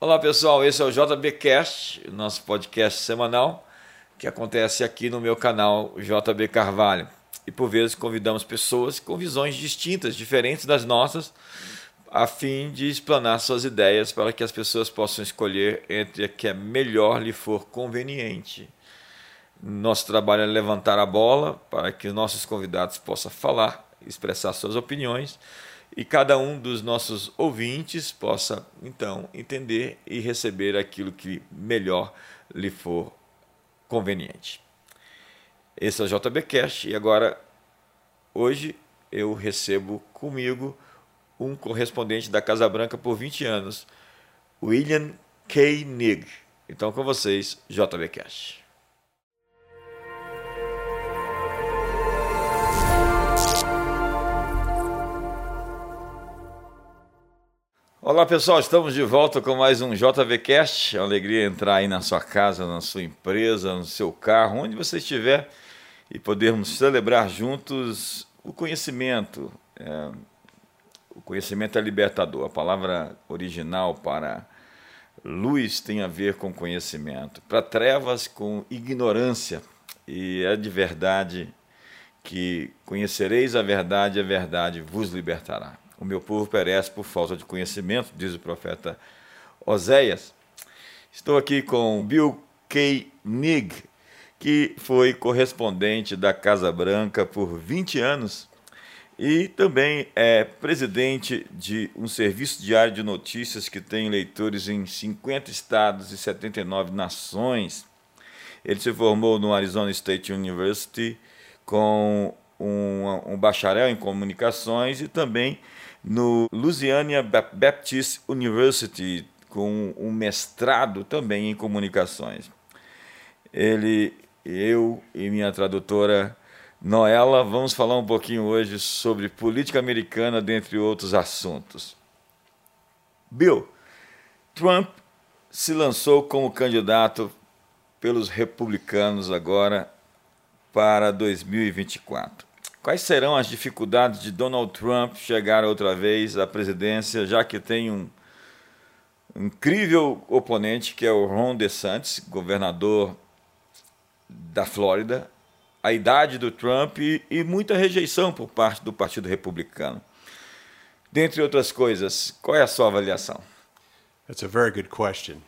Olá pessoal, esse é o JBcast, o nosso podcast semanal que acontece aqui no meu canal JB Carvalho. E por vezes convidamos pessoas com visões distintas, diferentes das nossas, a fim de explanar suas ideias para que as pessoas possam escolher entre a que é melhor lhe for conveniente. Nosso trabalho é levantar a bola para que os nossos convidados possam falar, expressar suas opiniões e cada um dos nossos ouvintes possa então entender e receber aquilo que melhor lhe for conveniente. Esse é o JBcast e agora hoje eu recebo comigo um correspondente da Casa Branca por 20 anos, William K. Nigg. Então com vocês, JBcast. Olá pessoal, estamos de volta com mais um JVCast. É uma alegria entrar aí na sua casa, na sua empresa, no seu carro, onde você estiver e podermos celebrar juntos o conhecimento. É, o conhecimento é libertador. A palavra original para luz tem a ver com conhecimento, para trevas, com ignorância. E é de verdade que conhecereis a verdade, a verdade vos libertará. O meu povo perece por falta de conhecimento, diz o profeta Oséias. Estou aqui com Bill K. Nigg, que foi correspondente da Casa Branca por 20 anos e também é presidente de um serviço diário de notícias que tem leitores em 50 estados e 79 nações. Ele se formou no Arizona State University com um, um bacharel em comunicações e também no Louisiana Baptist University, com um mestrado também em comunicações. Ele, eu e minha tradutora Noela vamos falar um pouquinho hoje sobre política americana, dentre outros assuntos. Bill, Trump se lançou como candidato pelos republicanos agora para 2024. Quais serão as dificuldades de Donald Trump chegar outra vez à presidência, já que tem um incrível oponente que é o Ron DeSantis, governador da Flórida, a idade do Trump e, e muita rejeição por parte do Partido Republicano. Dentre outras coisas, qual é a sua avaliação? That's a very good question.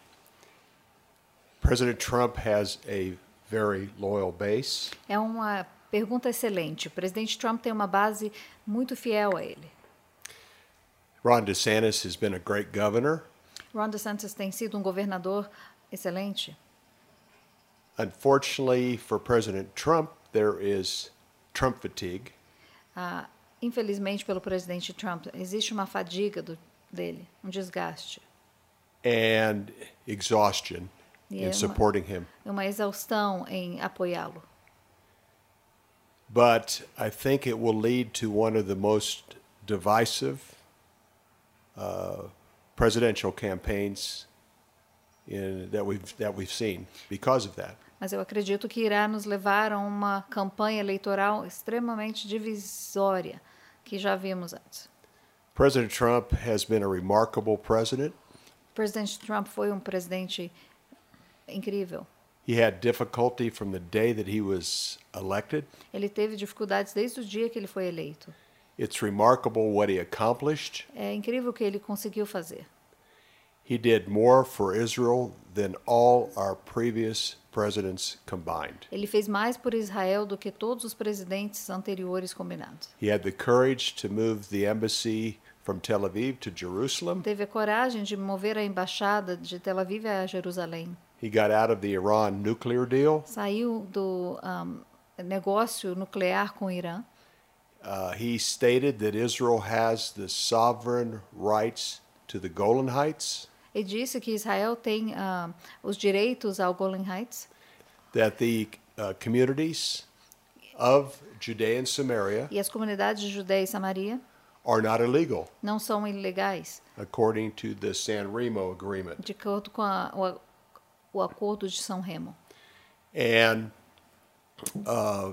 President Trump has a very loyal base. É uma pergunta excelente. O presidente Trump tem uma base muito fiel a ele. Ron DeSantis has been a great governor. Ron DeSantis tem sido um governador excelente. Unfortunately for President Trump, there is Trump fatigue. Ah, infelizmente, pelo presidente Trump, existe uma fadiga do- dele, um desgaste, and exhaustion Yeah, my- in supporting him. uma exaustão em apoiá-lo. But I think it will lead to one of the most divisive uh, presidential campaigns in, that we've that we've seen because of that. Mas eu acredito que irá nos levar a uma campanha eleitoral extremamente divisória, que já vimos antes. President Trump has been a remarkable president. O presidente Trump foi um presidente incrível. He had difficulty from the day that he was elected. Ele teve dificuldades desde o dia que ele foi eleito. It's remarkable what he accomplished. É incrível o que ele conseguiu fazer. He did more for Israel than all our previous presidents combined. Ele fez mais por Israel do que todos os presidentes anteriores combinados. He had the courage to move the embassy from Tel Aviv to Jerusalem. Teve a coragem de mover a embaixada de Tel Aviv a Jerusalém. He got out of the Iran nuclear deal. Saiu do ahm, negócio nuclear com o Irã. Uh, he stated that Israel has the sovereign rights to the Golan Heights, E disse que Israel tem ahm, os direitos ao Golan Heights that the uh, communities of Judea and Samaria e as comunidades de Judeia e Samaria are not illegal, não são ilegais, according to the San Remo Agreement. de acordo com a- o, a- o acordo de São Remo. And uh,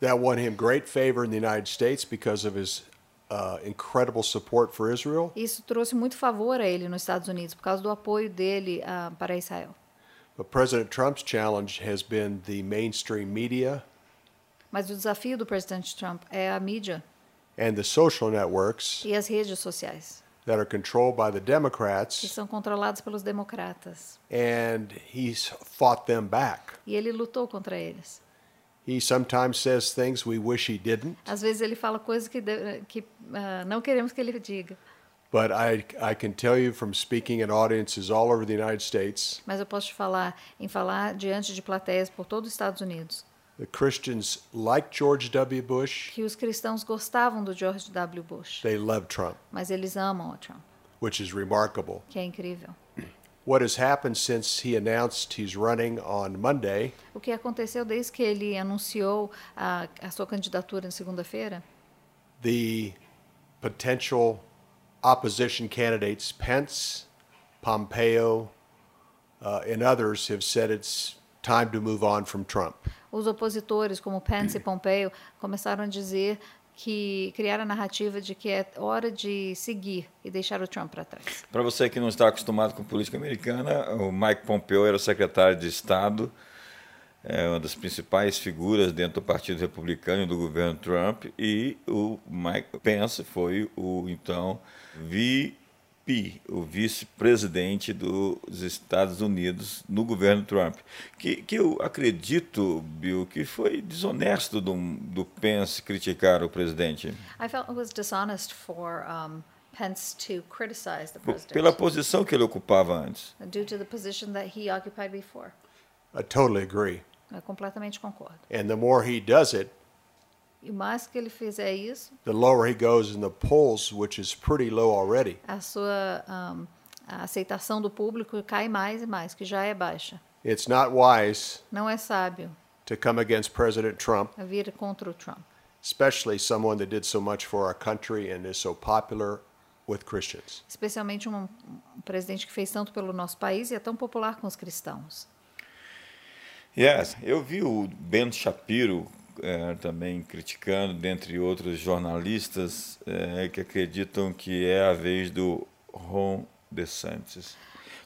that won him great favor in the United States because of his uh, incredible support for Israel. Isso trouxe muito favor a ele nos Estados Unidos, por causa do apoio dele ah, para Israel. But President Trump's challenge has been the mainstream media Mas o desafio do presidente Trump é a mídia and the social networks e as redes sociais, that are controlled by the que Democrats, são controlados pelos democratas. and he's fought them back. E ele lutou contra eles. He sometimes says things we wish he didn't, Às vezes ele fala coisas que, de- que ah, não queremos que ele diga. but I, I can tell you from speaking in audiences all over the United States, Mas eu posso te falar, em falar diante de plateias por todos os Estados Unidos, the Christians like George W. Bush, que os cristãos gostavam do George W. Bush, they love Trump, mas eles amam o Trump, which is remarkable. que é incrível. What has happened since he announced he's running on Monday O que aconteceu desde que ele anunciou a, a sua candidatura na segunda-feira? the potential opposition candidates Pence, Pompeo, uh, and others have said it's time to move on from Trump. Os opositores, como Pence e Pompeo, começaram a dizer que criaram a narrativa de que é hora de seguir e deixar o Trump para trás. Para você que não está acostumado com política americana, o Mike Pompeo era o secretário de Estado, é uma das principais figuras dentro do Partido Republicano e do governo Trump, e o Mike Pence foi o então VP, o vice-presidente dos Estados Unidos no governo Trump, que, que eu acredito, Bill, que foi desonesto do, do Pence criticar o presidente. I felt it was dishonest for um, Pence to criticize the P- president Pela posição que ele ocupava antes. due to the position that he occupied before. I totally agree. Eu completamente concordo. And the more he does it, E mais que ele fizer isso, the lower he goes in the polls, which is pretty low already. a sua um, a aceitação do público cai mais e mais, que já é baixa. It's not wise Não é sábio to come against President Trump, vir contra o Trump, especially someone that did so much for our country and is so popular with Christians. especialmente um, um presidente que fez tanto pelo nosso país e é tão popular com os cristãos. Yes, eu vi o Ben Shapiro eh, também criticando, dentre outros jornalistas eh, que acreditam que é a vez do Ron DeSantis.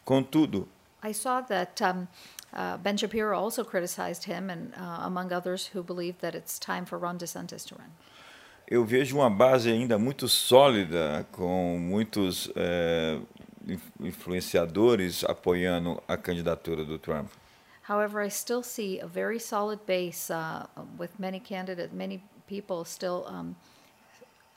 Contudo, I saw that um, uh, Ben Shapiro also criticized him and uh, among others who believe that it's time for Ron DeSantis to run. eu vejo uma base ainda muito sólida, com muitos eh, inf- influenciadores apoiando a candidatura do Trump. However, I still see a very solid base uh, with many candidates, many people still um,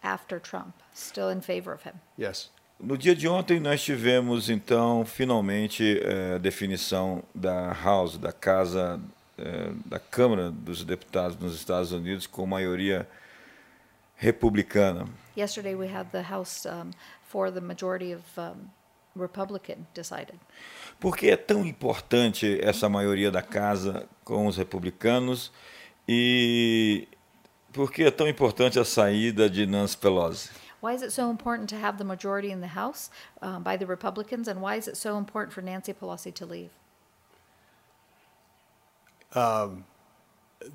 after Trump, still in favor of him. Yes. No dia de ontem, nós tivemos, então, finalmente, eh, a definição da House, da Casa, eh, da Câmara dos Deputados nos Estados Unidos, com maioria republicana. Yesterday, we had the House um, for the majority of um, Republican decided. Por que é tão importante essa maioria da Casa com os republicanos e por que é tão importante a saída de Nancy Pelosi? Why is it so important to have the majority in the House um, by the Republicans, and why is it so important for Nancy Pelosi to leave?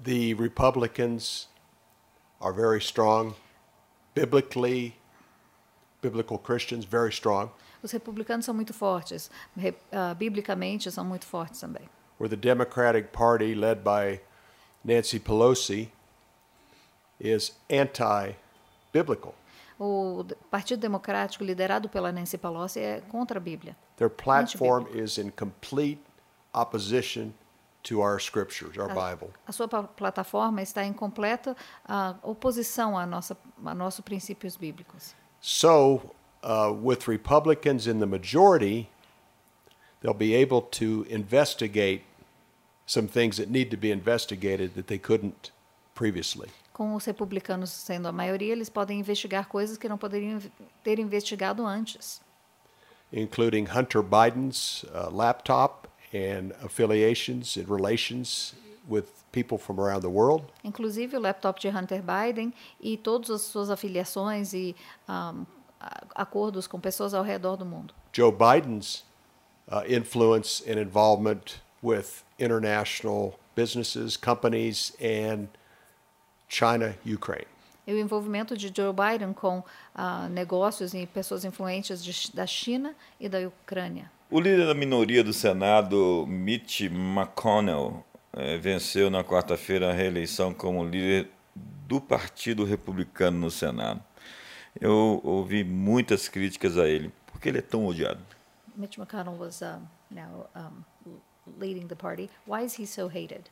the Republicans are very strong, biblically, biblical Christians, very strong, Os republicanos são muito fortes, re, ah, biblicamente são muito fortes também. where the Democratic Party, led by Nancy Pelosi, is anti biblical. O d- Partido Democrático, liderado pela Nancy Pelosi, é contra a Bíblia. Their platform is in complete opposition to our scriptures, our Bible. A sua pa- plataforma está em completa ah, oposição à nossa, a nossos princípios bíblicos. So, uh, with Republicans in the majority, they'll be able to investigate some things that need to be investigated that they couldn't previously. Com os republicanos sendo a maioria, eles podem investigar coisas que não poderiam inv- ter investigado antes, including Hunter Biden's uh, laptop and affiliations and relations with people from around the world, inclusive o laptop de Hunter Biden e todas as suas afiliações e ah, a- acordos com pessoas ao redor do mundo. Joe Biden's uh, influence and involvement with international businesses, companies, and China, Ukraine. e o envolvimento de Joe Biden com ah, negócios e pessoas influentes de- da China e da Ucrânia. O líder da minoria do Senado, Mitch McConnell, eh, venceu na quarta-feira a reeleição como líder do Partido Republicano no Senado. Eu ouvi muitas críticas a ele, porque ele é tão odiado. Mitch McConnell was um, now um, l- leading the party. Why is he so hated?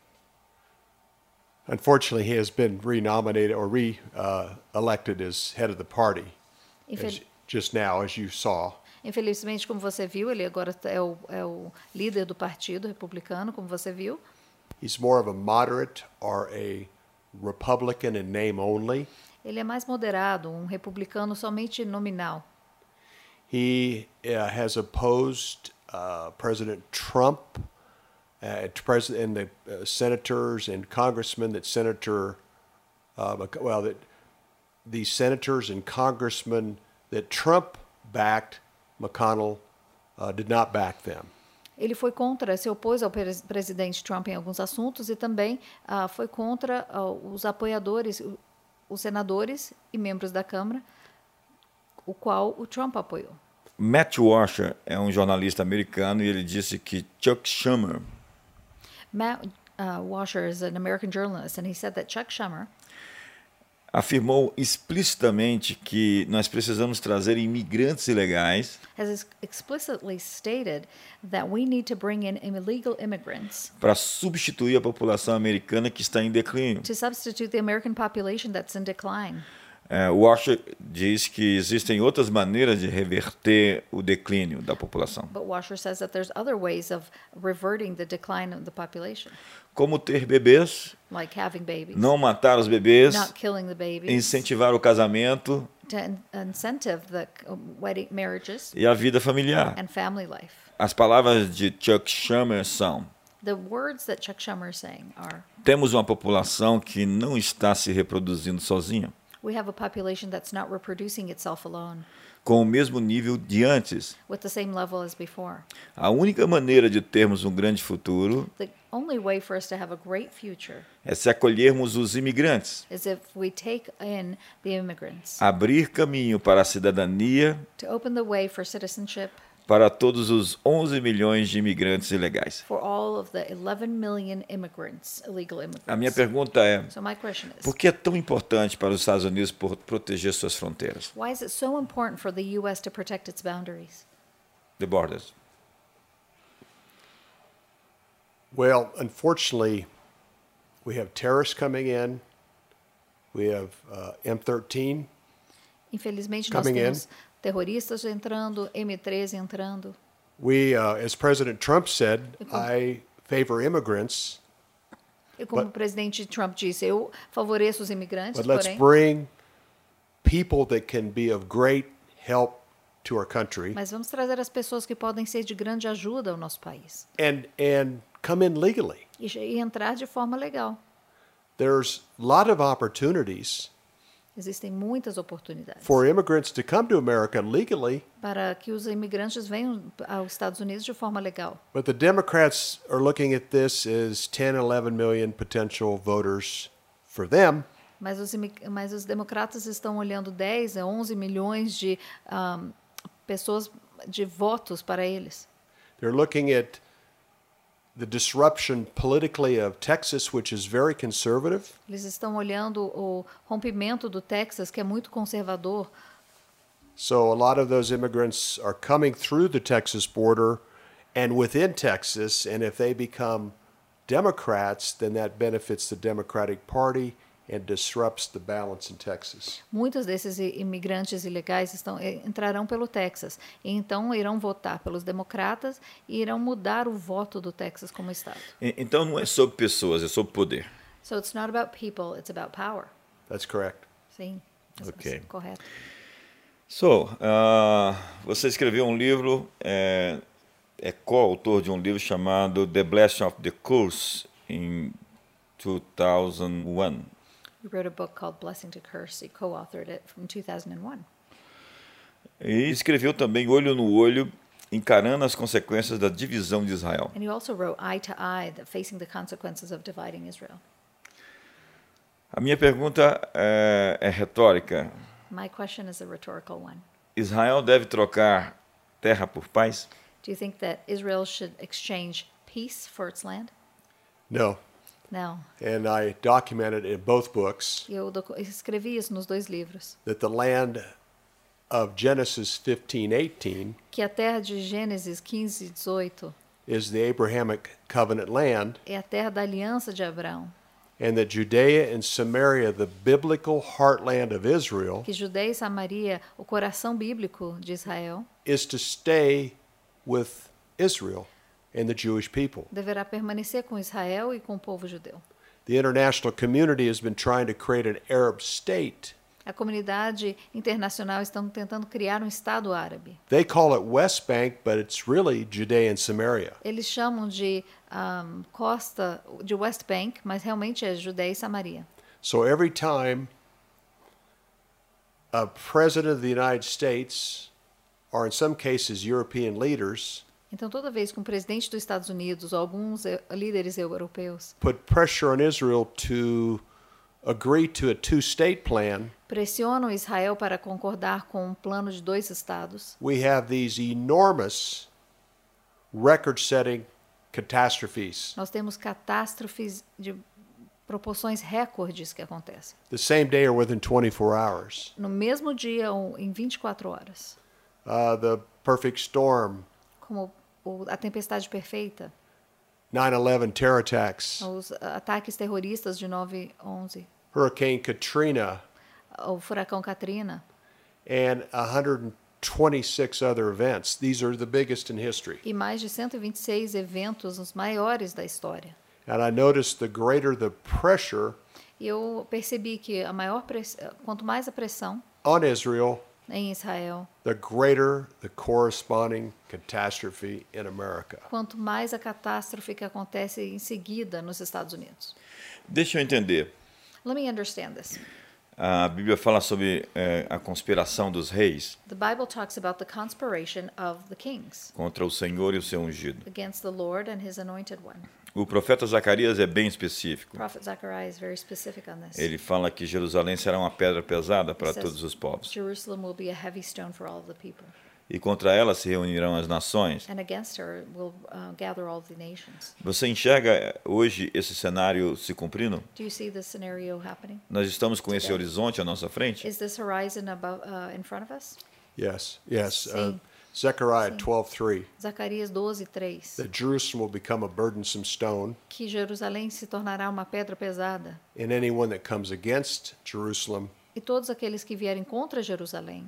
Unfortunately, he has been renominated or re-elected as head of the party as, Infel- just now, as you saw. Infelizmente, como você viu, ele agora tá- é o, é o líder do partido republicano, como você viu. He's more of a moderate or a Republican in name only. Ele é mais moderado, um republicano somente nominal. He uh, has opposed uh, President Trump uh, to president, and the uh, senators and congressmen that Senator, uh, Mc- well, that the senators and congressmen that Trump backed, McConnell uh, did not back them. Ele foi contra, se opôs ao pres- presidente Trump em alguns assuntos e também ah, foi contra ah, os apoiadores, o- os senadores e membros da Câmara, o qual o Trump apoiou. Matt Washer é um jornalista americano e ele disse que Chuck Schumer Matt uh, Washer is an American journalist, and he said that Chuck Schumer afirmou explicitamente que nós precisamos trazer imigrantes ilegais has ex- explicitly stated that we need to bring in illegal immigrants para substituir a população americana que está em declínio. to substitute the American population that's in decline. É, Washer diz que existem outras maneiras de reverter o declínio da população, But Washer says that there's other ways of reverting the decline of the population, como ter bebês, like having babies, não matar os bebês, not killing the babies, incentivar o casamento to in- incentive the c- um, wedding marriages e a vida familiar. and family life. As palavras de Chuck Schumer são: The words that Chuck Schumer is saying are temos uma população que não está se reproduzindo sozinha, we have a population that's not reproducing itself alone com o mesmo nível de antes. with the same level as before. A única maneira de termos um grande futuro The only way for us to have a great future é se acolhermos os imigrantes, is if we take in the immigrants abrir caminho para a cidadania to open the way for citizenship para todos os 11 milhões de imigrantes ilegais. for all of the 11 million immigrants, illegal A minha immigrants. pergunta é: So my question is, por que é tão importante para os Estados Unidos por proteger suas fronteiras? why is it so important for the U.S. to protect its boundaries? The borders. Well, unfortunately, we have terrorists coming in. We have uh, M13. Infelizmente, nós Coming in. temos terroristas entrando, M13 entrando. We, uh, as President Trump said, I favor immigrants, E como But- o presidente Trump disse, eu favoreço os imigrantes, but let's porém, bring people that can be of great help to our country mas vamos trazer as pessoas que podem ser de grande ajuda ao nosso país and and come in legally. e, che- e entrar de forma legal. There's a lot of opportunities Existem muitas oportunidades for immigrants to come to America legally, para que os imigrantes venham aos Estados Unidos de forma legal. but the Democrats are looking at this as 10, 11 million potential voters for them. Mas os, imi- mas os democratas estão olhando 10 a 11 milhões de ahm, pessoas de votos para eles. They're looking at the disruption politically of Texas, which is very conservative. Eles estão olhando o rompimento do Texas, que é muito conservador. So a lot of those immigrants are coming through the Texas border and within Texas. And if they become Democrats, then that benefits the Democratic Party and disrupts the balance in Texas. Muitos desses i- imigrantes ilegais estão, eh, entrarão pelo Texas. E então irão votar pelos democratas e irão mudar o voto do Texas como estado. E- Então não é sobre pessoas, é sobre poder. So it's not about people, it's about power. That's correct. Sim. isso- isso Ok. é Correto. So, ah, você escreveu um livro, é, é coautor de um livro chamado The Blessing of the Curse, em 2001. You wrote a book called Blessing to Curse. You co-authored it from 2001. E escreveu também Olho no Olho, encarando as consequências da divisão de Israel. And you also wrote Eye to Eye, the Facing the Consequences of Dividing Israel. A minha pergunta é, é retórica. My question is a rhetorical one. Israel deve trocar terra por paz? Do you think that Israel should exchange peace for its land? No. Não. And I documented in both books Eu docu- escrevi isso nos dois livros. that the land of Genesis 15:18 Que a terra de Gênesis 15 e 18 is the Abrahamic covenant land é a terra da aliança de Abraão. and that Judea and Samaria, the biblical heartland of Israel, Que Judeia e Samaria, o coração bíblico de Israel, is to stay with Israel and the Jewish people. deverá permanecer com Israel e com o povo judeu. The international community has been trying to create an Arab state. A comunidade internacional está tentando criar um Estado árabe. They call it West Bank, but it's really Judea and Samaria. Eles chamam de ahm, costa de West Bank, mas realmente é Judeia e Samaria. So every time a president of the United States, or in some cases European leaders, Então, toda vez que um presidente dos Estados Unidos ou alguns eh, líderes europeus put pressure on Israel to agree to a two state plan, pressionam Israel para concordar com um plano de dois estados, we have these enormous record setting catastrophes. nós temos catástrofes de proporções recordes que acontecem. The same day or within 24 hours. No mesmo dia, ou em 24 horas, Uh, the perfect storm, como o- a tempestade perfeita, 9 11 terror attacks, os ataques terroristas de 9/11, Hurricane Katrina, o furacão Katrina, and 126 other events. These are the biggest in history. e mais de 126 eventos, os maiores da história. And I noticed the greater the pressure E eu percebi que a maior press... quanto mais a pressão on Israel, em Israel, the greater the corresponding catastrophe in America. quanto mais a catástrofe que acontece em seguida nos Estados Unidos. Deixa eu entender. Let me understand this. A Bíblia fala sobre eh, a conspiração dos reis The Bible talks about the conspiration of the kings contra o Senhor e o seu ungido. against the Lord and his anointed one. O profeta Zacarias é bem específico. Prophet Zechariah is very specific on this. Ele fala que Jerusalém será uma pedra pesada para says- todos os povos, Jerusalem will be a heavy stone for all of the people, e contra ela se reunirão as nações. and against her will uh, gather all the nations. Você enxerga eh, hoje esse cenário se cumprindo? Do you see this scenario happening? Nós estamos com esse horizonte à nossa frente? Is this horizon above uh, in front of us? Yes, yes. Uh, Sim. Zechariah Sim. 12:3. Zacarias 12, 3. that Jerusalem will become a burdensome stone, Que Jerusalém se tornará uma pedra pesada, and anyone that comes against Jerusalem, e todos aqueles que vierem contra Jerusalém.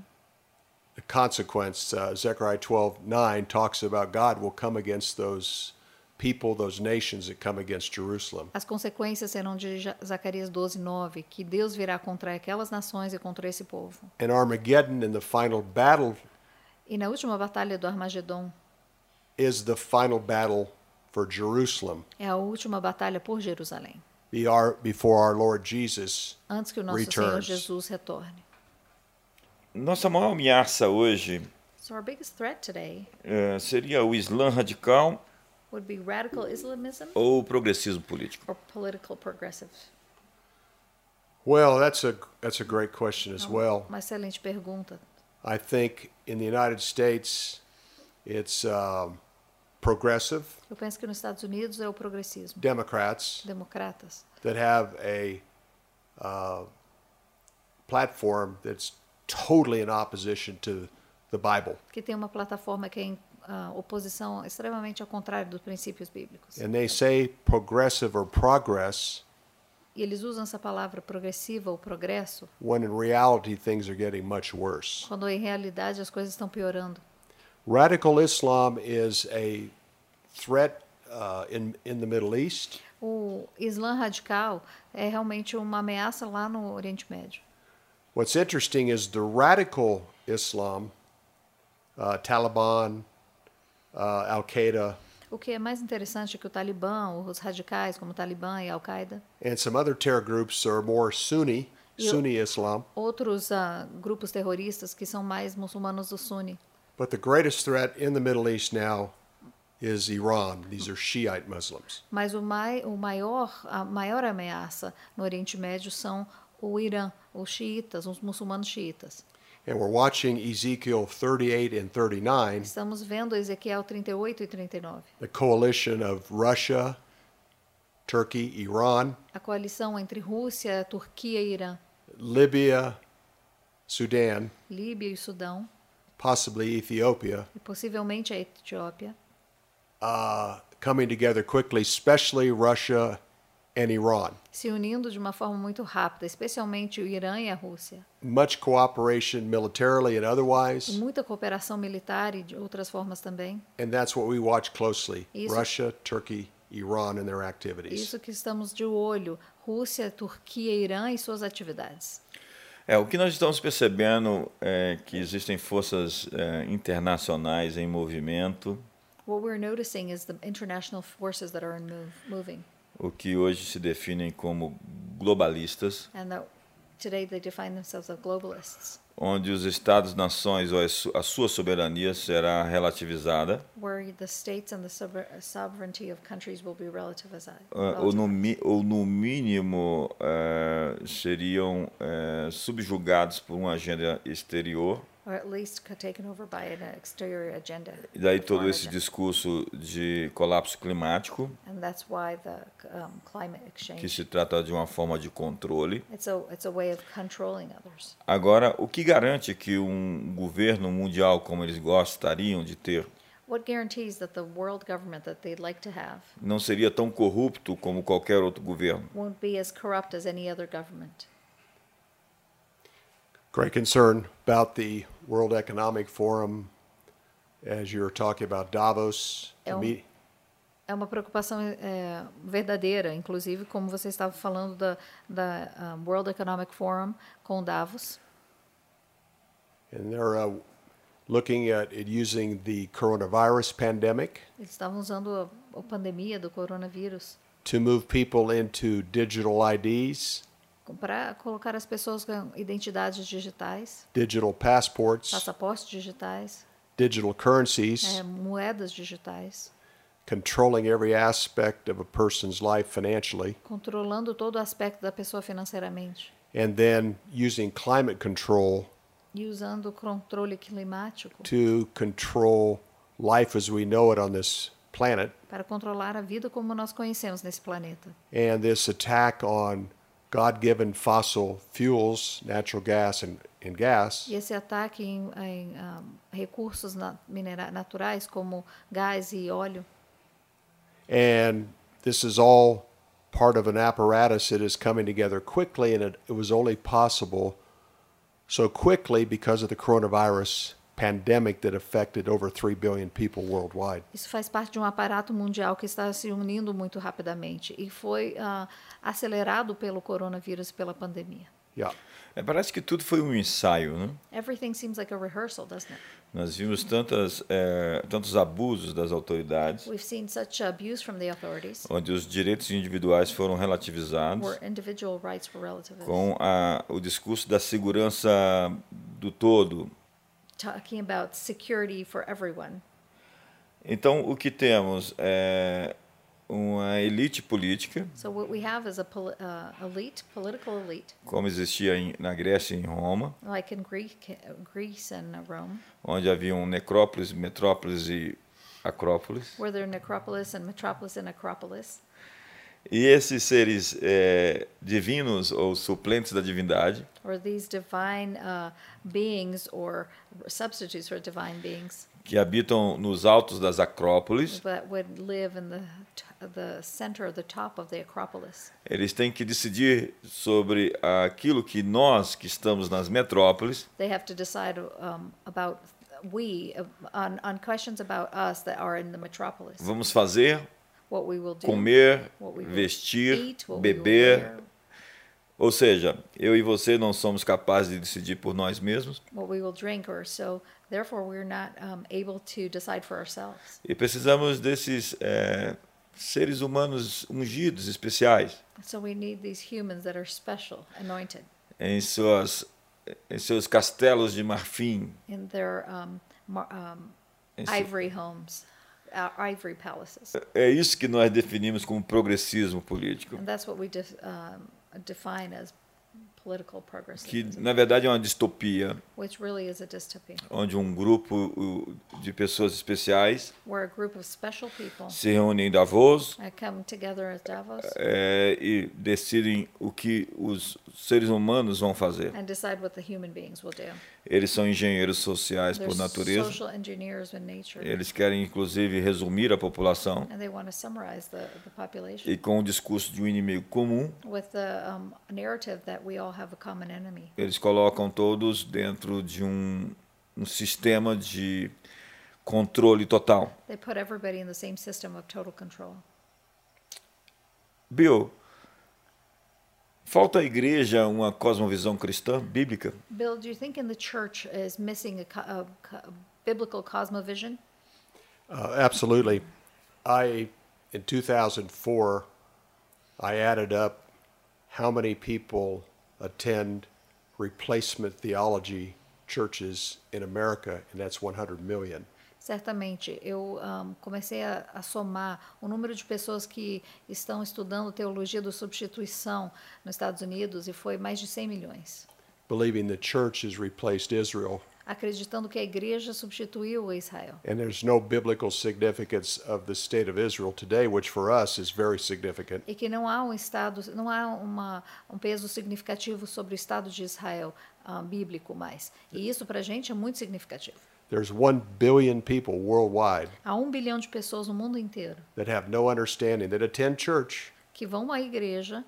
the consequence, uh, Zechariah 12 9 talks about God will come against those people, those nations that come against Jerusalem. As consequências serão de Ja- Zacarias 12, 9, que Deus virá contra aquelas nações e contra esse povo. And Armageddon in the final battle E na última batalha do Armagedon, is the final battle for Jerusalem é a última batalha por Jerusalém, be our, before our Lord Jesus. antes que o nosso Returns. Senhor Jesus retorne. Nossa maior ameaça hoje So our biggest threat today eh, seria o Islã radical would be radical Islamism ou o progressismo político? or political progressive. Well, that's a, that's a great question as well. Uma excelente pergunta. I think in the United States, it's um, progressive Eu penso que nos Estados Unidos é o progressismo, Democrats democratas, that have a uh, platform that's totally in opposition to the Bible, que tem uma plataforma que é em ah, oposição extremamente ao contrário dos princípios bíblicos. and they say progressive or progress E eles usam essa palavra progressiva ou progresso when in reality things are getting much worse. quando em realidade as coisas estão piorando. Radical Islam is a threat uh, in in the Middle East. O Islã radical é realmente uma ameaça lá no Oriente Médio. What's interesting is the radical Islam, uh, Taliban, uh, Al Qaeda, O que é mais interessante é que o Talibã, os radicais como o Talibã e Al-Qaeda, and some other terror groups are more Sunni, You- Sunni Islam. outros ah, grupos terroristas que são mais muçulmanos do Sunni. But the greatest threat in the Middle East now is Iran. These are Shiite Muslims. Mas o, mai, o maior, a maior ameaça no Oriente Médio são o Irã, os xiitas, os muçulmanos xiitas. And we're watching Ezekiel 38 and 39, Estamos vendo Ezequiel 38 e 39. the coalition of Russia, Turkey, Iran, A coalição entre Rússia, Turquia e Irã, Libya, Sudan, Líbia e Sudão, possibly Ethiopia, e possivelmente a Etiópia, uh, coming together quickly, especially Russia and Iran. se unindo de uma forma muito rápida, especialmente o Irã e a Rússia. Much cooperation militarily and E otherwise, muita cooperação militar e de outras formas também. and that's what we watch closely Isso- Russia, Turkey, Iran, and their activities. Isso que estamos de olho: Rússia, Turquia, Irã e suas atividades. É, o que nós estamos percebendo é que existem forças é, internacionais em movimento, What we're noticing is the international forces that are in move, moving, o que hoje se definem como globalistas, and that today they define themselves as globalists, onde os Estados-nações ou as su- a sua soberania será relativizada, where the states and the sover- sovereignty of countries will be relativized. ah, ou, no, mi- ou no mínimo eh, seriam eh, subjugados por uma agenda exterior. or at least ca- taken over by an exterior agenda. E daí a foreign todo esse agenda. discurso de colapso climático, And that's why the c- um, climate que exchange. se trata de uma forma de controle. It's a it's a way of controlling others. Agora, o que garante que um governo mundial como eles gostariam de ter What guarantees that the world government that they'd like to have não seria tão corrupto como qualquer outro governo? won't be as corrupt as any other government? Great concern about the World Economic Forum as you were talking about Davos. the É um- meet- É uma preocupação é, verdadeira, inclusive como você estava falando da, da um, World Economic Forum com Davos. and they're uh, looking at it using the coronavirus pandemic Eles estavam usando a, a pandemia do coronavírus to move people into digital IDs, para colocar as pessoas com identidades digitais. digital passports, passaportes digitais, digital currencies, é, moedas digitais, controlling every aspect of a person's life financially, controlando todo o aspecto da pessoa financeiramente and then using climate control e usando o controle climático to control life as we know it on this planet. para controlar a vida como nós conhecemos nesse planeta. and this attack on God given fossil fuels, natural gas, and, and gas E esse ataque em, em, ah, recursos na, minera- naturais como gás e óleo, And this is all part of an apparatus that is coming together quickly, and it, it was only possible so quickly because of the coronavirus pandemic that affected over 3 billion people worldwide. isso faz parte de um aparato mundial que está se unindo muito rapidamente e foi ah, acelerado pelo coronavírus e pela pandemia. Yeah. É, parece que tudo foi um ensaio, né? Everything seems like a rehearsal, doesn't it? Nós vimos tantas, eh, tantos abusos das autoridades, We've seen such abuse from the authorities. onde os direitos individuais foram relativizados where individual rights were relative. com a, o discurso da segurança do todo. Talking about security for everyone. Então, o que temos é uma elite política, So what we have is a poli- uh, elite, political elite, como existia em, na Grécia e em Roma, like in Greek, Greece and uh, Rome, onde haviam necrópolis, metrópolis e acrópolis. where there are necropolis and metropolis and acropolis. E esses seres é, divinos ou suplentes da divindade, Or these divine uh, beings or substitutes for divine beings que habitam nos altos das acrópolis, that would live in the, t- the center or the top of the Acropolis. eles têm que decidir sobre aquilo que nós que estamos nas metrópoles They have to decide um, about we, uh, on, on questions about us that are in the metropolis. vamos fazer, what we will do, comer, what we will vestir, eat, what we will beber. wear, Ou seja, eu e você não somos capazes de decidir por nós mesmos what we will drink, or so. Therefore, we're not um, able to decide for ourselves. e precisamos desses é, seres humanos ungidos, especiais, So we need these humans that are special, anointed, em, suas, em seus castelos de marfim, in their um, mar- um, em, su- ivory homes, our ivory palaces. É isso que nós definimos como progressismo político, And that's what we def, um, define as political que progressism, na verdade é uma distopia, which really is a dystopia, onde um grupo o, de pessoas especiais where a group of special people se reúnem em Davos uh, come together as Davos é, e decidem o que os seres humanos vão fazer. and decide what the human beings will do. Eles são engenheiros sociais They're por Eh. natureza. social engineers in nature, Eles querem, inclusive, resumir a população and they want to summarize the, the population e com o discurso de um inimigo comum, with the um, narrative that we all have a common enemy. eles colocam todos dentro de um, um sistema de controle total. They put everybody in the same system of total control. Bill, falta à igreja uma cosmovisão cristã bíblica? Bill, do you think in the church is missing a, co- a co- a biblical cosmovision? Uh, absolutely. I, in 2004, I added up how many people attend replacement theology churches in America, and that's 100 million. Certamente, eu ahm, comecei a, a somar o número de pessoas que estão estudando teologia da substituição nos Estados Unidos e foi mais de 100 milhões, believing the church has replaced Israel, acreditando que a igreja substituiu Israel. and there's no biblical significance of the state of Israel today, which for us is very significant. E que não há um estado, não há uma, um peso significativo sobre o estado de Israel ahm, bíblico mais. E isso para a gente é muito significativo. There's 1 billion people worldwide Há um bilhão de pessoas no mundo inteiro that have no understanding, that attend church, que vão à igreja,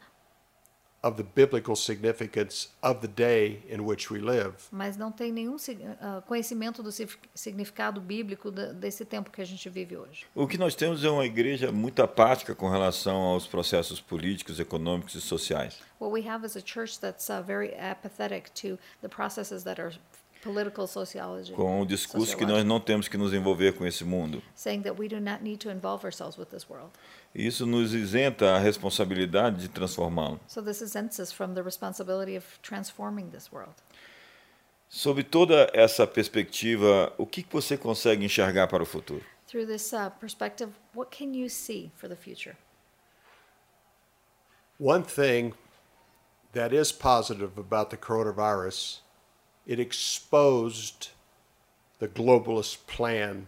of the biblical significance of the day in which we live. mas não tem nenhum sig- ah, conhecimento do sif- significado bíblico da- desse tempo que a gente vive hoje. O que nós temos é uma igreja muito apática com relação aos processos políticos, econômicos e sociais. What we have is a church that's uh, very apathetic to the processes that are political sociology, Com o discurso que nós sociology, não temos que nos envolver com esse mundo. saying that we do not need to involve ourselves with this world. Isso nos isenta a responsabilidade de transformá-lo. So this isents us from the responsibility of transforming this world. Sob toda essa perspectiva, o que que você consegue enxergar para o futuro? Through this uh, perspective, what can you see for the future? One thing that is positive about the coronavirus, it exposed the globalist plan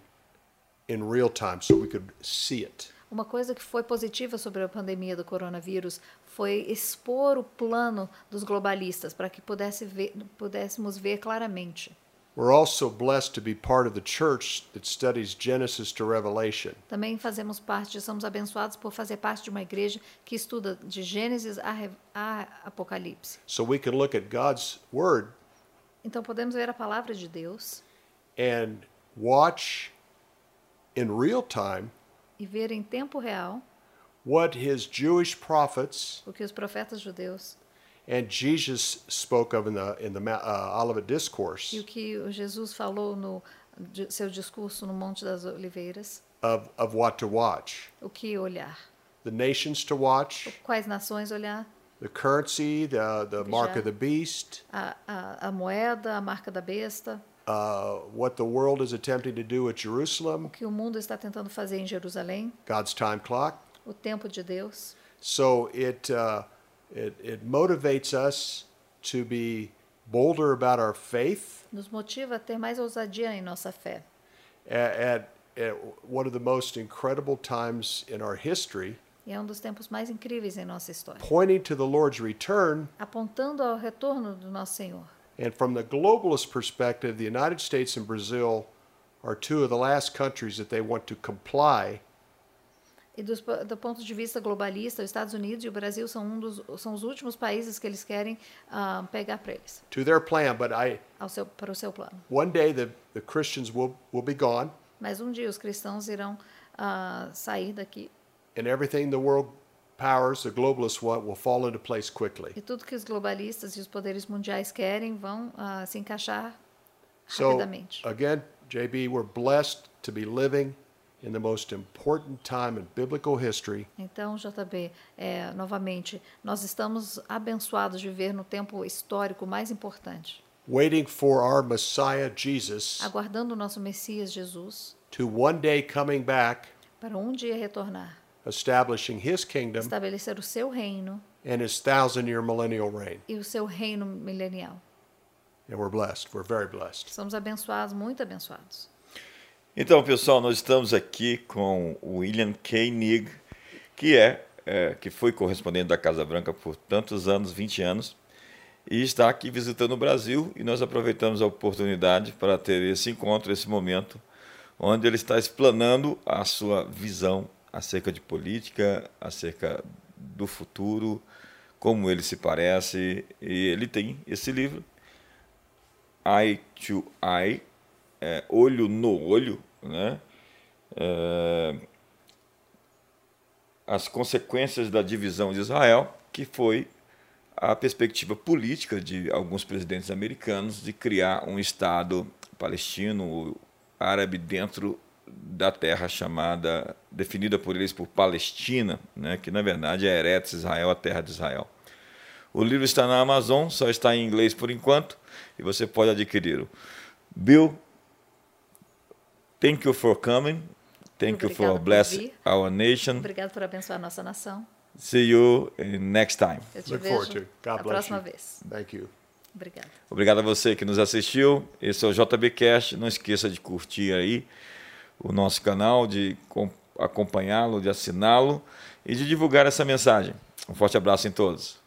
in real time so we could see it. Uma coisa que foi positiva sobre a pandemia do coronavírus foi expor o plano dos globalistas para que pudesse ver, pudéssemos ver claramente. We're also blessed to be part of the church that studies Genesis to Revelation. Também fazemos parte, somos abençoados por fazer parte de uma igreja que estuda de Gênesis a, Re- a Apocalipse. So we can look at God's Word Então podemos ver a palavra de Deus and watch in real time e ver em tempo real what His Jewish prophets o que os profetas judeus and Jesus spoke of in the, in the Ma- uh, Olivet e Discourse o que o Jesus falou no de- seu discurso no Monte das Oliveiras, of, of what to watch o que olhar, the nations to watch, quais nações olhar, the currency, the, the mark of the beast, a, a, a moeda, a marca da besta, uh, what the world is attempting to do at Jerusalem, o que o mundo está tentando fazer em Jerusalém, God's time clock. o tempo de Deus. So it, uh, it, it motivates us to be bolder about our faith Nos motiva a ter mais ousadia em nossa fé. at, at, at one of the most incredible times in our history, E é um dos tempos mais incríveis em nossa história. pointing to the Lord's return. Apontando ao retorno do nosso Senhor. And from the globalist perspective, the United States and Brazil are two of the last countries that they want to comply E dos, po- do ponto de vista globalista, os Estados Unidos e o Brasil são, um dos, são os últimos países que eles querem ah, pegar para eles, to their plan. But I, ao seu, para o seu plano. one day the, the Christians will, will be gone Mas um dia os cristãos irão ah, sair daqui and everything the world powers, the globalists want, will fall into place quickly. e tudo que os globalistas e os poderes mundiais querem vão ah, se encaixar So uh, rapidamente. again, JB, we're blessed to be living in the most important time in biblical history Então, JB, é, novamente, nós estamos abençoados de viver no tempo histórico mais importante, waiting for our Messiah Jesus aguardando o nosso Messias Jesus to one day coming back, para um dia retornar, establishing his kingdom estabelecer o seu reino and his thousand year millennial reign. e o seu reino milenial. And we're blessed. We're very blessed. Somos abençoados, muito abençoados. Então, pessoal, nós estamos aqui com o William K. Nigg, que é, é, que foi correspondente da Casa Branca por tantos anos, 20 anos, e está aqui visitando o Brasil, e nós aproveitamos a oportunidade para ter esse encontro, esse momento, onde ele está explanando a sua visão acerca de política, acerca do futuro, como ele se parece, e ele tem esse livro, Eye to Eye, é, olho no olho, né? É, as consequências da divisão de Israel, que foi a perspectiva política de alguns presidentes americanos de criar um Estado palestino ou árabe dentro da terra chamada, definida por eles por Palestina, né? que na verdade é Eretz Israel, a terra de Israel. O livro está na Amazon, só está em inglês por enquanto, e você pode adquiri-lo. Bill, thank you for coming. Thank you Obrigada for por blessing vir. our Hum. nation. Obrigado por abençoar a nossa nação. See you eh, next time. Eu te Look forward to vejo it. God a bless próxima you. vez. Thank you. Obrigada. Obrigado a você que nos assistiu. Esse é o JBcast. Não esqueça de curtir aí o nosso canal, de com- acompanhá-lo, de assiná-lo e de divulgar essa mensagem. Um forte abraço em todos.